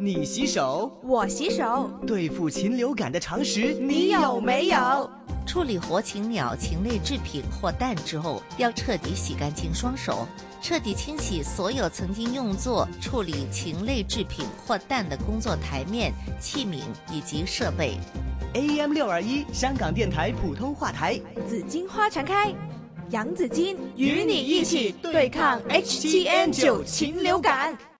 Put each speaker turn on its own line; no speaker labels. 你洗手，
我洗手，
对付禽流感的常识你
有没有？
处理活禽鸟、禽类制品或蛋之后，要彻底洗干净双手，彻底清洗所有曾经用作处理禽类制品或蛋的工作台面、器皿以及设备。
AM 六二一香港电台普通话台，
紫荆花常开，洋紫荆
与你一起对抗 HTN9
禽流感。